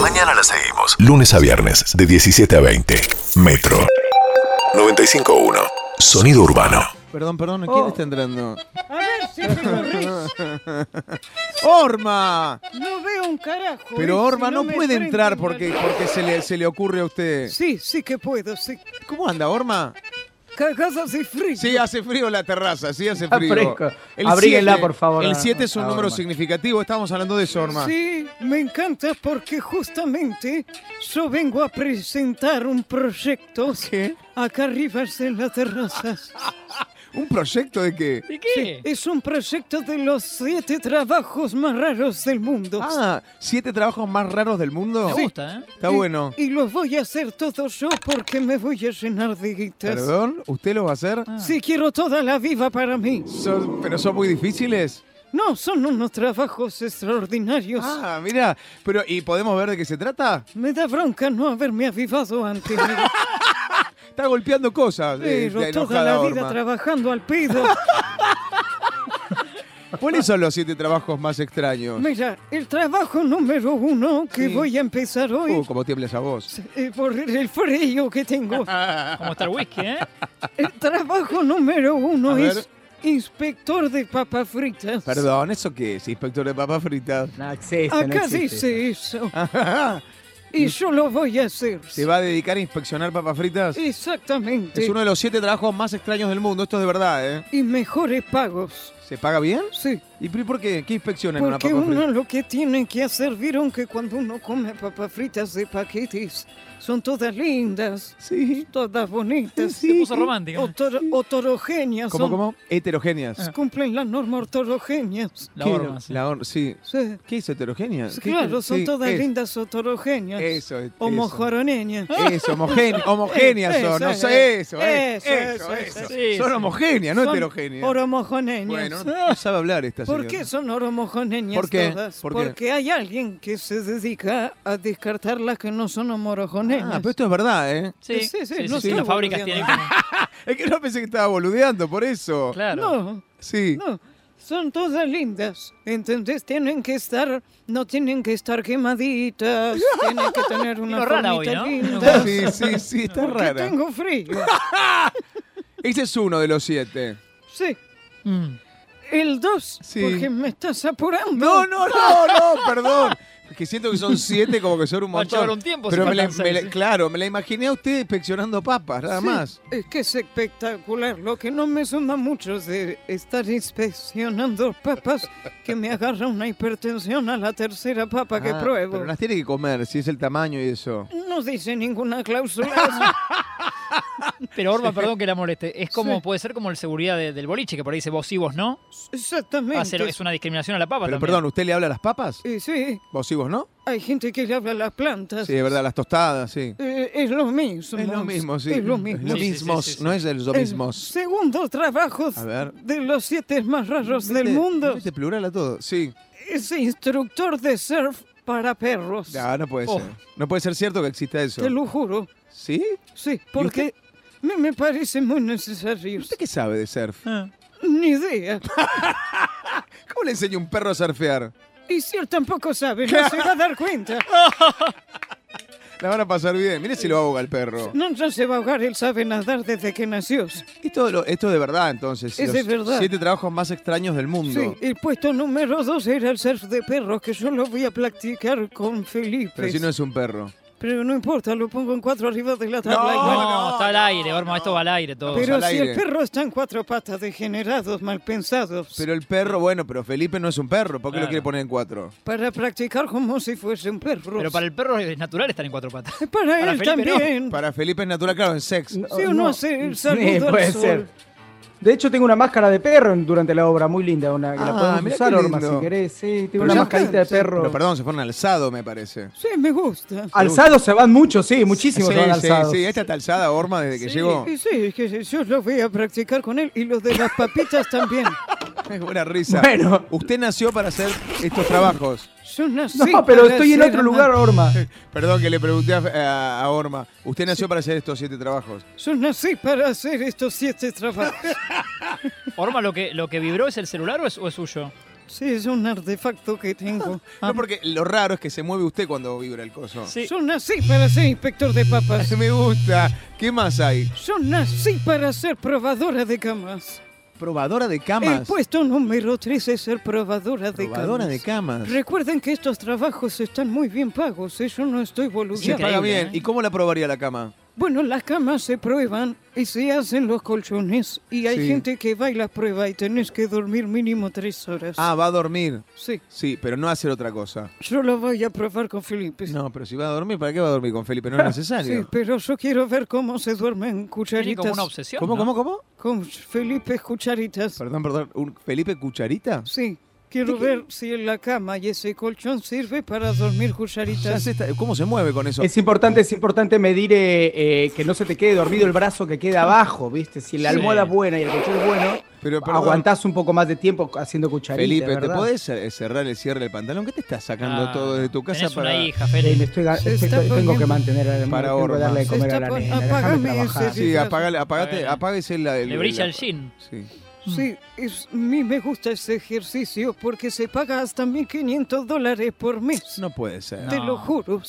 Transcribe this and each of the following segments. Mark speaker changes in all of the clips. Speaker 1: Mañana la seguimos. Lunes a viernes, de 17 a 20. Metro. 95.1. Sonido urbano.
Speaker 2: Perdón, perdón, ¿quién
Speaker 3: Oh.
Speaker 2: está entrando?
Speaker 3: A ver si me corrís.
Speaker 2: ¡Orma!
Speaker 3: No veo un carajo. eh, si
Speaker 2: Pero Orma no
Speaker 3: me
Speaker 2: puede
Speaker 3: prendo
Speaker 2: entrar
Speaker 3: el-
Speaker 2: porque, porque se, le, se le ocurre a usted.
Speaker 3: Sí, sí que puedo, sí.
Speaker 2: ¿Cómo anda, Orma?
Speaker 3: Cagadas y frío.
Speaker 2: Sí, hace frío la terraza, sí hace
Speaker 4: Está
Speaker 2: frío.
Speaker 4: fresco.
Speaker 2: El
Speaker 4: Abríguenla,
Speaker 2: siete-
Speaker 4: por favor,
Speaker 2: El
Speaker 4: a-
Speaker 2: 7 es un
Speaker 4: a
Speaker 2: número
Speaker 4: Orma.
Speaker 2: significativo, estábamos hablando de eso, Orma.
Speaker 3: Sí, me encanta porque justamente yo vengo a presentar un proyecto
Speaker 2: ¿Qué?
Speaker 3: acá arriba en la terraza.
Speaker 2: ¿Un proyecto de qué?
Speaker 4: ¿Y qué?
Speaker 3: Es un proyecto de los siete trabajos más raros del mundo.
Speaker 2: Ah, ¿siete trabajos más raros del mundo?
Speaker 4: Me gusta, ¿eh?
Speaker 2: Está
Speaker 3: Y-
Speaker 2: bueno.
Speaker 3: Y los voy a hacer todos yo porque me voy a llenar de guitas.
Speaker 2: ¿Perdón? ¿Usted los va a hacer?
Speaker 3: Sí, quiero toda la viva para mí.
Speaker 2: Son- ¿Pero son muy difíciles?
Speaker 3: No, son unos trabajos extraordinarios.
Speaker 2: Ah, mira. Pero, ¿Y podemos ver de qué se trata?
Speaker 3: Me da bronca no haberme avivado antes. mira.
Speaker 2: Está golpeando cosas. eh,
Speaker 3: Pero
Speaker 2: está
Speaker 3: toda
Speaker 2: enojada
Speaker 3: la vida
Speaker 2: Orma.
Speaker 3: trabajando al pedo.
Speaker 2: ¿Cuáles son los siete trabajos más extraños?
Speaker 3: Mira, el trabajo número uno que
Speaker 2: Sí.
Speaker 3: voy a empezar hoy,
Speaker 2: Uh, como tiembla esa voz.
Speaker 3: eh, por el frío que tengo.
Speaker 4: Como Star Whisky, ¿eh?
Speaker 3: El trabajo número
Speaker 2: A
Speaker 3: uno
Speaker 2: ver.
Speaker 3: es inspector de papas fritas.
Speaker 2: Perdón, este ¿eso qué es? Inspector de papas fritas.
Speaker 4: No existe, no
Speaker 3: Acá
Speaker 4: existe.
Speaker 3: dice eso.
Speaker 2: Mm.
Speaker 3: Y yo lo voy a hacer.
Speaker 2: ¿Se va a dedicar a inspeccionar papas fritas?
Speaker 3: Exactamente.
Speaker 2: Es uno de los siete trabajos más extraños del mundo. Esto es de verdad, ¿eh?
Speaker 3: Y mejores pagos.
Speaker 2: ¿Se paga bien?
Speaker 3: Sí.
Speaker 2: ¿Y por qué? ¿Qué inspeccionan una
Speaker 3: Porque
Speaker 2: papa
Speaker 3: uno
Speaker 2: frita?
Speaker 3: lo que tiene que hacer, vieron que cuando uno come papas fritas de paquetes, son todas lindas,
Speaker 2: Sí.
Speaker 3: todas bonitas,
Speaker 4: Se puso romántica.
Speaker 3: otor- otorogéneas,
Speaker 2: ¿Cómo,
Speaker 3: son- Ah,
Speaker 2: cómo? Heterogéneas.
Speaker 3: cumplen la norma ortorogéneas.
Speaker 4: La
Speaker 2: ¿Qué
Speaker 4: horma,
Speaker 2: era?
Speaker 4: sí.
Speaker 2: La horma, sí.
Speaker 3: Sí.
Speaker 2: ¿Qué es heterogénea? ¿Qué-
Speaker 3: Claro,
Speaker 2: qué-
Speaker 3: son
Speaker 2: sí,
Speaker 3: todas
Speaker 2: es-
Speaker 3: lindas otorogéneas.
Speaker 2: Eso, Ah, es-
Speaker 3: Homojoroneñas.
Speaker 2: Es homogénea, homogéneas
Speaker 3: Eso,
Speaker 2: son, no
Speaker 3: eso,
Speaker 2: sé, eso,
Speaker 3: eso,
Speaker 2: eh, eso,
Speaker 3: eso,
Speaker 2: eso.
Speaker 3: eso,
Speaker 4: sí,
Speaker 2: Son
Speaker 4: sí.
Speaker 2: homogéneas, no
Speaker 3: Son
Speaker 2: heterogéneas.
Speaker 3: oromojoneñas.
Speaker 2: Bueno, no no sabe hablar esta
Speaker 3: ¿Por
Speaker 2: señora.
Speaker 3: qué son homorojonias
Speaker 2: ¿Por qué?
Speaker 3: todas?
Speaker 2: ¿Por qué?
Speaker 3: Porque hay alguien que se dedica a descartar las que no son homorojonias.
Speaker 2: Ah, pero esto es verdad, ¿eh?
Speaker 4: Sí,
Speaker 3: Sí, sí,
Speaker 4: sí,
Speaker 3: no
Speaker 4: sí, sí,
Speaker 3: estoy
Speaker 4: Las fábricas tienen
Speaker 3: boludeando.
Speaker 4: como...
Speaker 2: Es que no pensé que estaba boludeando, por eso.
Speaker 4: Claro.
Speaker 3: No,
Speaker 2: Sí.
Speaker 3: no. Son todas lindas. Entonces tienen que estar, no tienen que estar quemaditas, tienen que tener una
Speaker 4: Digo, rara hoy,
Speaker 3: formita
Speaker 4: ¿no?
Speaker 3: linda.
Speaker 2: Sí, sí, sí, está
Speaker 3: Porque
Speaker 2: rara.
Speaker 3: tengo frío.
Speaker 2: Ese es uno de los siete.
Speaker 3: Sí.
Speaker 4: Mm.
Speaker 3: El 2,
Speaker 2: Sí.
Speaker 3: porque me estás apurando.
Speaker 2: No, no, no, no, perdón. Es que siento que son siete, como que son un
Speaker 4: Va a
Speaker 2: montón.
Speaker 4: llevar un tiempo si
Speaker 2: Pero me la-
Speaker 4: faltan
Speaker 2: me
Speaker 4: seis.
Speaker 2: la- claro, me la imaginé a usted inspeccionando papas, nada
Speaker 3: Sí,
Speaker 2: más.
Speaker 3: Es que es espectacular. Lo que no me suma mucho es de estar inspeccionando papas que me agarra una hipertensión a la tercera papa que
Speaker 2: Ah,
Speaker 3: pruebo.
Speaker 2: Pero las tiene que comer, si es el tamaño y eso.
Speaker 3: No dice ninguna cláusula.
Speaker 4: Pero Orba, perdón que la moleste. Es como,
Speaker 3: Sí.
Speaker 4: puede ser como el seguridad de- del boliche, que por ahí dice vos sí, vos no.
Speaker 3: Exactamente.
Speaker 2: Ah,
Speaker 4: Va a ser- es una discriminación a la papa
Speaker 2: Pero
Speaker 4: también.
Speaker 2: perdón, ¿usted le habla a las papas?
Speaker 3: Y sí,
Speaker 2: ¿Vos sí, vos no?
Speaker 3: hay gente que le habla a las plantas.
Speaker 2: Sí, de verdad, las tostadas, sí.
Speaker 3: Eh, es lo mismo.
Speaker 2: Es lo mismo, sí.
Speaker 3: Es lo mismo.
Speaker 2: Lo
Speaker 4: Sí, sí,
Speaker 2: mismo,
Speaker 4: sí, sí, sí.
Speaker 2: no es el lo
Speaker 3: El
Speaker 2: mismo.
Speaker 3: segundo trabajo
Speaker 2: A ver.
Speaker 3: de los siete más raros del
Speaker 2: Mete-
Speaker 3: mundo
Speaker 2: mete plural a todo. Sí.
Speaker 3: es instructor de surf para perros.
Speaker 2: No, no puede
Speaker 4: Oh.
Speaker 2: ser. No puede ser cierto que exista eso.
Speaker 3: Te lo juro.
Speaker 2: ¿Sí?
Speaker 3: Sí, porque me, me parece muy necesario.
Speaker 2: ¿Usted qué sabe de surf?
Speaker 4: Ah.
Speaker 3: Ni idea.
Speaker 2: ¿Cómo le enseña un perro a surfear?
Speaker 3: Y si él tampoco sabe, no se va a dar cuenta.
Speaker 2: La van a pasar bien. Mire si lo ahoga el perro.
Speaker 3: No, no se va a ahogar, él sabe nadar desde que nació.
Speaker 2: Esto, lo- esto de verdad, entonces.
Speaker 3: Es de verdad.
Speaker 2: Siete trabajos más extraños del mundo.
Speaker 3: Sí, el puesto número dos era el surf de perros, que yo lo voy a practicar con Felipe.
Speaker 2: Pero si no es un perro.
Speaker 3: Pero no importa, lo pongo en cuatro arriba de la tabla.
Speaker 4: No,
Speaker 3: igual.
Speaker 2: no,
Speaker 4: está al
Speaker 2: no,
Speaker 4: aire, Orma.
Speaker 2: no.
Speaker 4: Esto va al aire todo.
Speaker 3: Pero
Speaker 2: al
Speaker 3: si el
Speaker 2: aire.
Speaker 3: perro está en cuatro patas, degenerados, mal pensados,
Speaker 2: Pero el perro, bueno, pero Felipe no es un perro. ¿Por qué lo
Speaker 4: Claro.
Speaker 2: quiere poner en cuatro?
Speaker 3: para practicar como si fuese un perro. Eh,
Speaker 4: Pero para el perro es natural estar en cuatro patas.
Speaker 3: Para
Speaker 4: para
Speaker 3: él
Speaker 4: Felipe no.
Speaker 3: también.
Speaker 2: Para Felipe es natural, claro, en sex.
Speaker 3: Si uno hace el saludo al
Speaker 4: puede
Speaker 3: sol.
Speaker 4: ser.
Speaker 5: De hecho, tengo una máscara de perro en- durante la obra, muy linda, una, que
Speaker 2: Ah,
Speaker 5: la podemos
Speaker 2: mirá
Speaker 5: usar,
Speaker 2: qué
Speaker 5: Orma,
Speaker 2: lindo.
Speaker 5: si querés. Sí, tengo
Speaker 3: Pero
Speaker 5: una
Speaker 3: ya-
Speaker 5: mascarita de perro.
Speaker 2: Pero perdón, se fueron alzado, me parece.
Speaker 3: Sí, me gusta.
Speaker 5: Alzados se van muchos, sí, muchísimos
Speaker 2: sí,
Speaker 5: se van
Speaker 2: sí,
Speaker 5: alzados.
Speaker 2: sí, esta está alzada, Orma, desde que llegó.
Speaker 3: Y sí, es que yo lo voy a practicar con él y los de las papitas también.
Speaker 2: Es buena risa.
Speaker 5: Bueno.
Speaker 2: Usted nació para hacer estos trabajos.
Speaker 3: Yo nací
Speaker 5: No, pero
Speaker 3: para
Speaker 5: estoy en
Speaker 3: ser
Speaker 5: otro lugar,
Speaker 3: amante.
Speaker 5: Orma.
Speaker 2: Perdón que le pregunté a, a- a Orma. Usted nació para hacer estos siete trabajos.
Speaker 3: Yo nací para hacer estos siete trabajos.
Speaker 4: Orma, lo que, lo que vibró es el celular o es, o es suyo.
Speaker 3: Sí, es un artefacto que tengo.
Speaker 2: No, porque lo raro es que se mueve usted cuando vibra el coso.
Speaker 4: Sí.
Speaker 3: Yo nací para ser inspector de papas.
Speaker 2: Me gusta. ¿Qué más hay?
Speaker 3: Yo nací para ser probadora de camas.
Speaker 2: Probadora de
Speaker 3: El
Speaker 2: camas.
Speaker 3: puesto número 3 es ser probadora de
Speaker 2: Probadora
Speaker 3: camas.
Speaker 2: de camas.
Speaker 3: Recuerden que estos trabajos están muy bien pagos, ¿eh? yo no estoy
Speaker 2: Se
Speaker 3: boludeando.
Speaker 2: paga
Speaker 4: Increíble,
Speaker 2: bien.
Speaker 4: ¿eh?
Speaker 2: ¿Y cómo la probaría la cama?
Speaker 3: Bueno, las camas se prueban y se hacen los colchones y hay
Speaker 2: Sí.
Speaker 3: gente que va y las prueba y tenés que dormir mínimo tres horas.
Speaker 2: Ah, va a dormir.
Speaker 3: Sí,
Speaker 2: Sí, pero no hacer otra cosa.
Speaker 3: yo lo voy a probar con Felipe.
Speaker 2: No, pero si va a dormir, ¿para qué va a dormir con Felipe? No es
Speaker 3: Pues- Sí,
Speaker 2: necesario.
Speaker 3: pero yo quiero ver cómo se duermen
Speaker 4: Tiene como
Speaker 3: cucharitas.
Speaker 4: una obsesión.
Speaker 2: ¿Cómo,
Speaker 4: ¿no?
Speaker 2: cómo, cómo?
Speaker 3: Con Felipe cucharitas.
Speaker 2: Perdón, perdón. ¿Un ¿Felipe Cucharita?
Speaker 3: Sí, quiero ver si en la cama y ese colchón sirve para dormir
Speaker 2: Ya
Speaker 3: cucharitas.
Speaker 2: se está- ¿Cómo se mueve con eso?
Speaker 5: Es importante, es importante medir eh, eh, que no se te quede dormido el brazo que queda abajo, ¿viste? Si la
Speaker 4: Sí.
Speaker 5: almohada es buena y el colchón es bueno,
Speaker 2: Pero, perdón,
Speaker 5: aguantás un poco más de tiempo haciendo cucharita.
Speaker 2: Felipe, ¿te
Speaker 5: ¿verdad?
Speaker 2: podés eh, cerrar el cierre del pantalón? ¿qué te estás sacando
Speaker 4: Ah,
Speaker 2: todo desde tu casa
Speaker 4: tenés
Speaker 2: para.?
Speaker 4: una hija,
Speaker 5: Eh, me
Speaker 4: Felipe.
Speaker 5: estoy ga-
Speaker 3: Se está
Speaker 5: estoy- tengo que
Speaker 3: poniendo-
Speaker 5: mantener al
Speaker 2: Para
Speaker 5: tengo que
Speaker 2: Orma.
Speaker 5: darle de
Speaker 3: Se
Speaker 5: comer a
Speaker 3: está
Speaker 5: la
Speaker 3: pon-
Speaker 5: nena.
Speaker 3: apágame
Speaker 5: Déjame trabajar.
Speaker 3: ese-
Speaker 2: Sí, apagale, apagate,
Speaker 4: Bueno.
Speaker 2: apáguese la. el-
Speaker 4: Le brilla
Speaker 2: la-
Speaker 4: el jean.
Speaker 2: Sí.
Speaker 3: Sí, es- a mí me gusta ese ejercicio porque se paga hasta 1.500 dólares por mes.
Speaker 2: No puede ser.
Speaker 3: Te
Speaker 4: No.
Speaker 3: lo juro.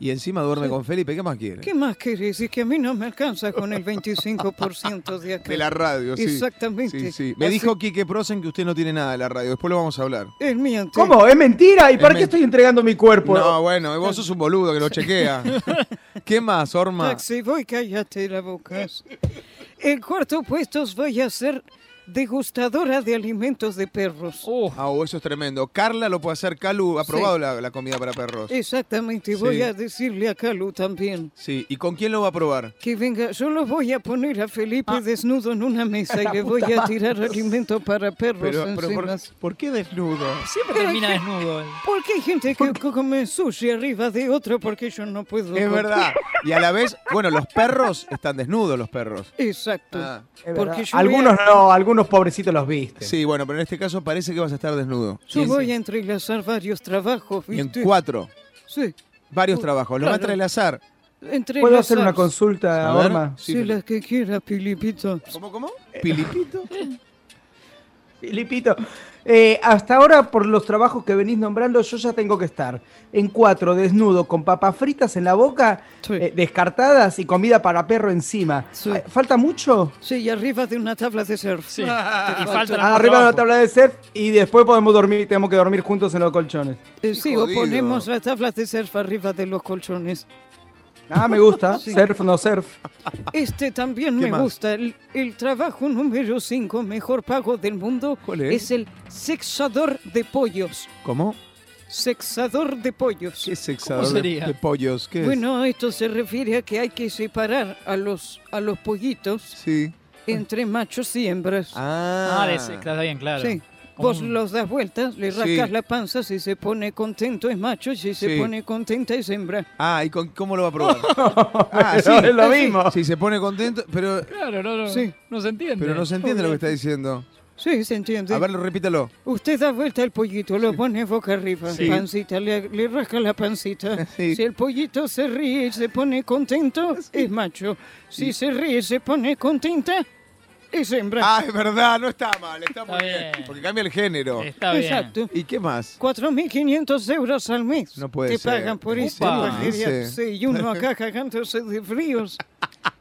Speaker 2: Y encima duerme con Felipe, ¿qué más quiere?
Speaker 3: ¿Qué más querés? Es que a mí no me alcanza con el 25% de acá.
Speaker 2: De la radio, sí.
Speaker 3: Exactamente.
Speaker 2: Sí, sí. Me
Speaker 3: Así-
Speaker 2: dijo Quique Prosen que usted no tiene nada de la radio. Después lo vamos a hablar.
Speaker 3: Él miente.
Speaker 5: ¿Cómo? ¿Es mentira? ¿Y para
Speaker 2: men-
Speaker 5: qué estoy entregando mi cuerpo?
Speaker 2: No, bueno, vos sos un boludo que lo chequea. ¿Qué más, Orma?
Speaker 3: Taxi, voy, cállate la boca. En cuarto puesto voy a ser degustadora de alimentos de perros.
Speaker 4: Uh,
Speaker 2: Ah, oh, eso es tremendo. Carla lo puede hacer. Calu ha
Speaker 3: Sí. Eh.
Speaker 2: probado la, la comida para perros.
Speaker 3: Exactamente,
Speaker 2: Sí.
Speaker 3: voy a decirle a Calu también.
Speaker 2: Sí. ¿Y con quién lo va a probar?
Speaker 3: Que venga, yo lo voy a poner a Felipe desnudo en una mesa y le voy a tirar alimento para perros
Speaker 2: Pero, pero
Speaker 3: encima.
Speaker 2: ¿por, por qué desnudo?
Speaker 4: siempre termina desnudo. él.
Speaker 3: Porque hay gente que come sushi arriba de otro porque yo no puedo.
Speaker 2: Es
Speaker 3: comer.
Speaker 2: verdad. Y a la vez, bueno, los perros están desnudos, los perros.
Speaker 3: Exacto.
Speaker 2: Ah.
Speaker 5: Es verdad.
Speaker 3: porque yo
Speaker 5: algunos
Speaker 3: voy a,
Speaker 5: no, algunos pobrecitos los viste.
Speaker 2: Sí, bueno, pero en este caso parece que vas a estar desnudo.
Speaker 3: yo voy a entrelazar varios trabajos,
Speaker 2: Y en
Speaker 3: ¿viste?
Speaker 2: cuatro.
Speaker 3: Sí,
Speaker 2: Varios trabajos. Lo va a
Speaker 3: Claro.
Speaker 2: entrelazar.
Speaker 3: entrelazar.
Speaker 5: ¿Puedo hacer una consulta,
Speaker 2: A ver.
Speaker 5: Orma?
Speaker 3: Sí,
Speaker 2: Sí,
Speaker 3: las que quiera, Pilipito.
Speaker 2: ¿Cómo, cómo? Pilipito.
Speaker 5: Filipito, eh, hasta ahora por los trabajos que venís nombrando, yo ya tengo que estar en cuatro, desnudo, con papas fritas en la boca,
Speaker 3: Sí.
Speaker 5: eh, descartadas y comida para perro encima.
Speaker 3: Sí.
Speaker 5: Eh, ¿Falta mucho? Ah,
Speaker 3: Sí, y arriba de una tabla de surf.
Speaker 4: Sí. y falta
Speaker 2: Ah,
Speaker 5: Arriba de la tabla de surf y después podemos dormir, tenemos que dormir juntos en los colchones.
Speaker 3: Eh, sí, o
Speaker 2: jodido.
Speaker 3: ponemos las tablas de surf arriba de los colchones.
Speaker 5: Ah, me gusta. Surf, no surf.
Speaker 3: Este también
Speaker 2: ¿Qué
Speaker 3: me
Speaker 2: más?
Speaker 3: gusta. El, el trabajo número 5 mejor pago del mundo
Speaker 2: ¿Cuál es?
Speaker 3: el sexador de pollos.
Speaker 2: ¿Cómo?
Speaker 3: Sexador de pollos.
Speaker 2: ¿Qué es sexador de,
Speaker 4: sería?
Speaker 2: de pollos? ¿Qué es?
Speaker 3: Bueno, esto se refiere a que hay que separar a los, a los pollitos
Speaker 2: Sí.
Speaker 3: entre machos y hembras.
Speaker 2: Ah, Oh.
Speaker 4: Ah, de ese- está bien, claro.
Speaker 3: Sí.
Speaker 4: Como
Speaker 3: Vos
Speaker 4: un-
Speaker 3: los das vueltas, le
Speaker 2: Sí.
Speaker 3: rascas la panza, si se pone contento es macho, si se
Speaker 2: Sí.
Speaker 3: pone contenta es hembra.
Speaker 2: Ah, ¿y con, cómo lo va a probar? ah,
Speaker 5: Pero es lo mismo.
Speaker 2: Si se pone contento, pero,
Speaker 4: Claro, no, no,
Speaker 3: Sí.
Speaker 4: no se entiende.
Speaker 2: pero no se entiende lo que está diciendo.
Speaker 3: Sí, se entiende.
Speaker 2: A ver, repítalo.
Speaker 3: Usted da vuelta al pollito, lo pone boca arriba,
Speaker 4: Sí.
Speaker 3: pancita, le, le rasca la pancita.
Speaker 2: Sí.
Speaker 3: Si el pollito se ríe y se pone contento, es macho. Si se ríe y se pone contenta, es hembra.
Speaker 2: Ah, es verdad, no está mal, está muy bien.
Speaker 4: bien. Este.
Speaker 2: Porque cambia el género.
Speaker 4: Está bien.
Speaker 3: Exacto.
Speaker 2: ¿Y qué más?
Speaker 3: 4.500 euros al mes.
Speaker 2: No puede
Speaker 3: Te
Speaker 2: ser.
Speaker 3: pagan por
Speaker 4: Upa.
Speaker 3: esa pajería.
Speaker 2: Sí.
Speaker 3: Sí, y uno acá cagándose de fríos.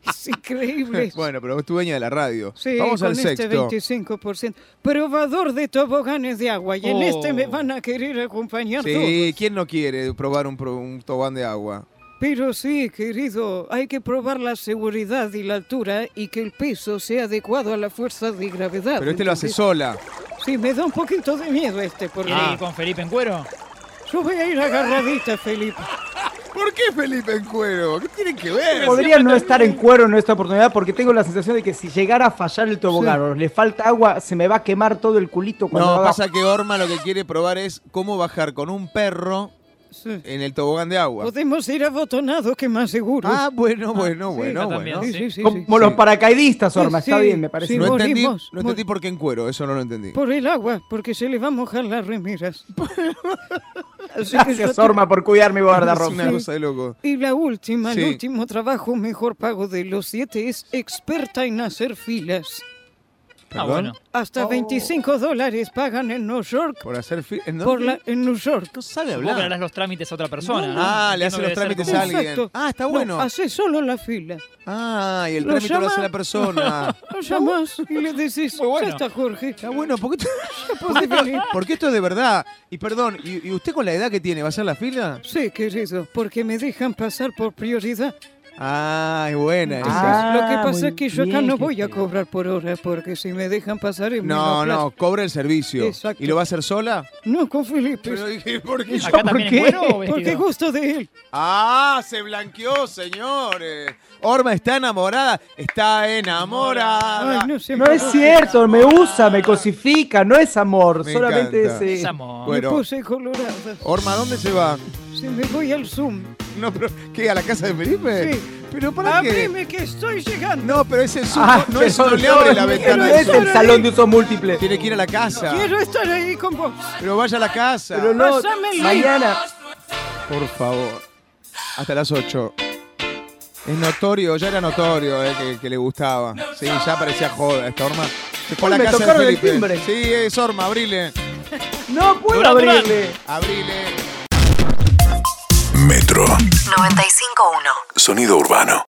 Speaker 3: Es increíble.
Speaker 2: Bueno, pero es dueña de la radio.
Speaker 3: Sí,
Speaker 2: Vamos
Speaker 3: con
Speaker 2: al
Speaker 3: este
Speaker 2: sexto.
Speaker 3: 25%. Probador de toboganes de agua. Y en
Speaker 4: Oh.
Speaker 3: este me van a querer acompañar todos.
Speaker 2: Sí, ¿quién no quiere probar un, pro- un tobán de agua?
Speaker 3: Pero sí, querido, hay que probar la seguridad y la altura y que el peso sea adecuado a la fuerza de gravedad.
Speaker 2: Pero este lo hace
Speaker 3: ¿entendés?
Speaker 2: sola.
Speaker 3: Sí, me da un poquito de miedo este, porque
Speaker 4: ¿Quiere
Speaker 2: Ah.
Speaker 4: ir con Felipe en cuero? Ah,
Speaker 3: yo voy a ir agarradita, Felipe.
Speaker 2: ¿Por qué Felipe en cuero? ¿Qué tiene que ver?
Speaker 5: Podría no estar en cuero en esta oportunidad porque tengo la sensación de que si llegara a fallar el tobogán o le falta agua, se me va a quemar todo el culito cuando
Speaker 2: No,
Speaker 5: haga-
Speaker 2: pasa que Orma lo que quiere probar es cómo bajar con un perro
Speaker 3: Sí.
Speaker 2: en el tobogán de agua.
Speaker 3: Podemos ir abotonados, que más seguro.
Speaker 2: Ah, bueno, bueno, bueno,
Speaker 4: acá
Speaker 2: bueno.
Speaker 4: también.
Speaker 3: sí,
Speaker 4: sí.
Speaker 3: sí, sí,
Speaker 5: Como
Speaker 3: sí.
Speaker 5: los paracaidistas, Orma,
Speaker 3: Sí,
Speaker 5: está
Speaker 3: sí,
Speaker 5: bien, me parece.
Speaker 3: sí,
Speaker 2: No entendí,
Speaker 3: Morimos,
Speaker 2: no entendí por qué en cuero, eso no lo entendí.
Speaker 3: Por el agua, porque se le va a mojar las remeras. Así que yo
Speaker 5: Gracias,
Speaker 3: te-
Speaker 5: Orma, por cuidar mi
Speaker 2: es
Speaker 5: guardarropa.
Speaker 2: una cosa de loco. ¿eh?
Speaker 3: Y la última,
Speaker 2: Sí.
Speaker 3: el último trabajo mejor pago de los siete es experta en hacer filas.
Speaker 4: Ah,
Speaker 2: ¿Perdón?
Speaker 4: bueno.
Speaker 2: Oh.
Speaker 3: Hasta 25 dólares pagan en New York.
Speaker 2: Por hacer... fi- ¿En dónde?
Speaker 3: Por la, en New York.
Speaker 2: No sabe
Speaker 4: Vos que le
Speaker 2: hablar.
Speaker 4: harás los trámites a otra persona. ¿no?
Speaker 2: Ah, le
Speaker 4: Entiendo
Speaker 2: hace
Speaker 4: que
Speaker 2: los
Speaker 4: debe ser
Speaker 2: trámites
Speaker 4: como-
Speaker 2: a alguien.
Speaker 3: Exacto.
Speaker 2: Ah, está
Speaker 3: No,
Speaker 2: bueno.
Speaker 3: Hacés solo la fila.
Speaker 2: Ah, y el
Speaker 3: Lo
Speaker 2: trámite lo hace
Speaker 3: llama-
Speaker 2: la persona.
Speaker 3: Lo llamás y le decís,
Speaker 4: Muy bueno.
Speaker 3: ya está Jorge.
Speaker 2: Está bueno, ¿por qué, te-
Speaker 3: Pues de venir.
Speaker 2: porque esto es de verdad. Y perdón, ¿y, y usted con la edad que tiene va a hacer la fila?
Speaker 3: Sí, querido, porque me dejan pasar por prioridad.
Speaker 2: Ay, buena esa.
Speaker 5: Ah,
Speaker 3: Lo que
Speaker 5: muy
Speaker 3: pasa es que yo acá
Speaker 5: bien,
Speaker 3: no voy a
Speaker 5: jefe.
Speaker 3: cobrar por hora, porque si me dejan pasar en
Speaker 2: No, no, cobra el servicio.
Speaker 3: Exacto.
Speaker 2: ¿Y lo va a hacer sola?
Speaker 3: No, con Felipe.
Speaker 2: Pero dije, ¿por qué?
Speaker 4: ¿Acá también
Speaker 5: ¿Por
Speaker 4: es
Speaker 5: qué?
Speaker 4: cuero o
Speaker 3: Porque
Speaker 4: vestido?
Speaker 3: gusto de él.
Speaker 2: Ah, se blanqueó, señores. Orma está enamorada. Está enamorada.
Speaker 3: Ay, no se
Speaker 5: No
Speaker 3: me
Speaker 5: es
Speaker 3: va.
Speaker 5: cierto, me usa, me cosifica, no es amor,
Speaker 2: Me
Speaker 5: solamente
Speaker 2: encanta.
Speaker 5: es... eh,
Speaker 4: Es amor.
Speaker 2: Bueno.
Speaker 3: Me puse colorada.
Speaker 2: Orma, ¿a dónde se va?
Speaker 3: Si me voy al Zoom.
Speaker 2: No, pero, ¿Qué? ¿A la casa de Felipe?
Speaker 3: Sí.
Speaker 2: ¿Pero para qué?
Speaker 3: Abrime que estoy llegando.
Speaker 2: No, pero ese es un-
Speaker 5: Ah,
Speaker 2: no, es,
Speaker 5: pero
Speaker 2: no le abre la
Speaker 5: no,
Speaker 2: ventana.
Speaker 5: no
Speaker 2: del
Speaker 5: es
Speaker 2: Zoom.
Speaker 5: el salón de uso múltiple.
Speaker 2: Tiene que ir a la casa.
Speaker 3: Quiero estar ahí con vos.
Speaker 2: Pero vaya a la casa.
Speaker 5: Pero no,
Speaker 3: Pásame el link.
Speaker 5: mañana.
Speaker 2: Por favor. Hasta las 8. Es notorio, ya era notorio eh, que, que le gustaba. Sí, ya parecía joda esta Orma. Se fue a la
Speaker 5: Uy, me
Speaker 2: casa de
Speaker 5: tocaron el
Speaker 2: Felipe.
Speaker 5: timbre.
Speaker 2: Sí, es Orma, abrile.
Speaker 5: No puedo
Speaker 4: Durán, Durán.
Speaker 5: abrirle.
Speaker 2: Abrile.
Speaker 1: Metro.
Speaker 6: 95.1.
Speaker 1: Sonido urbano.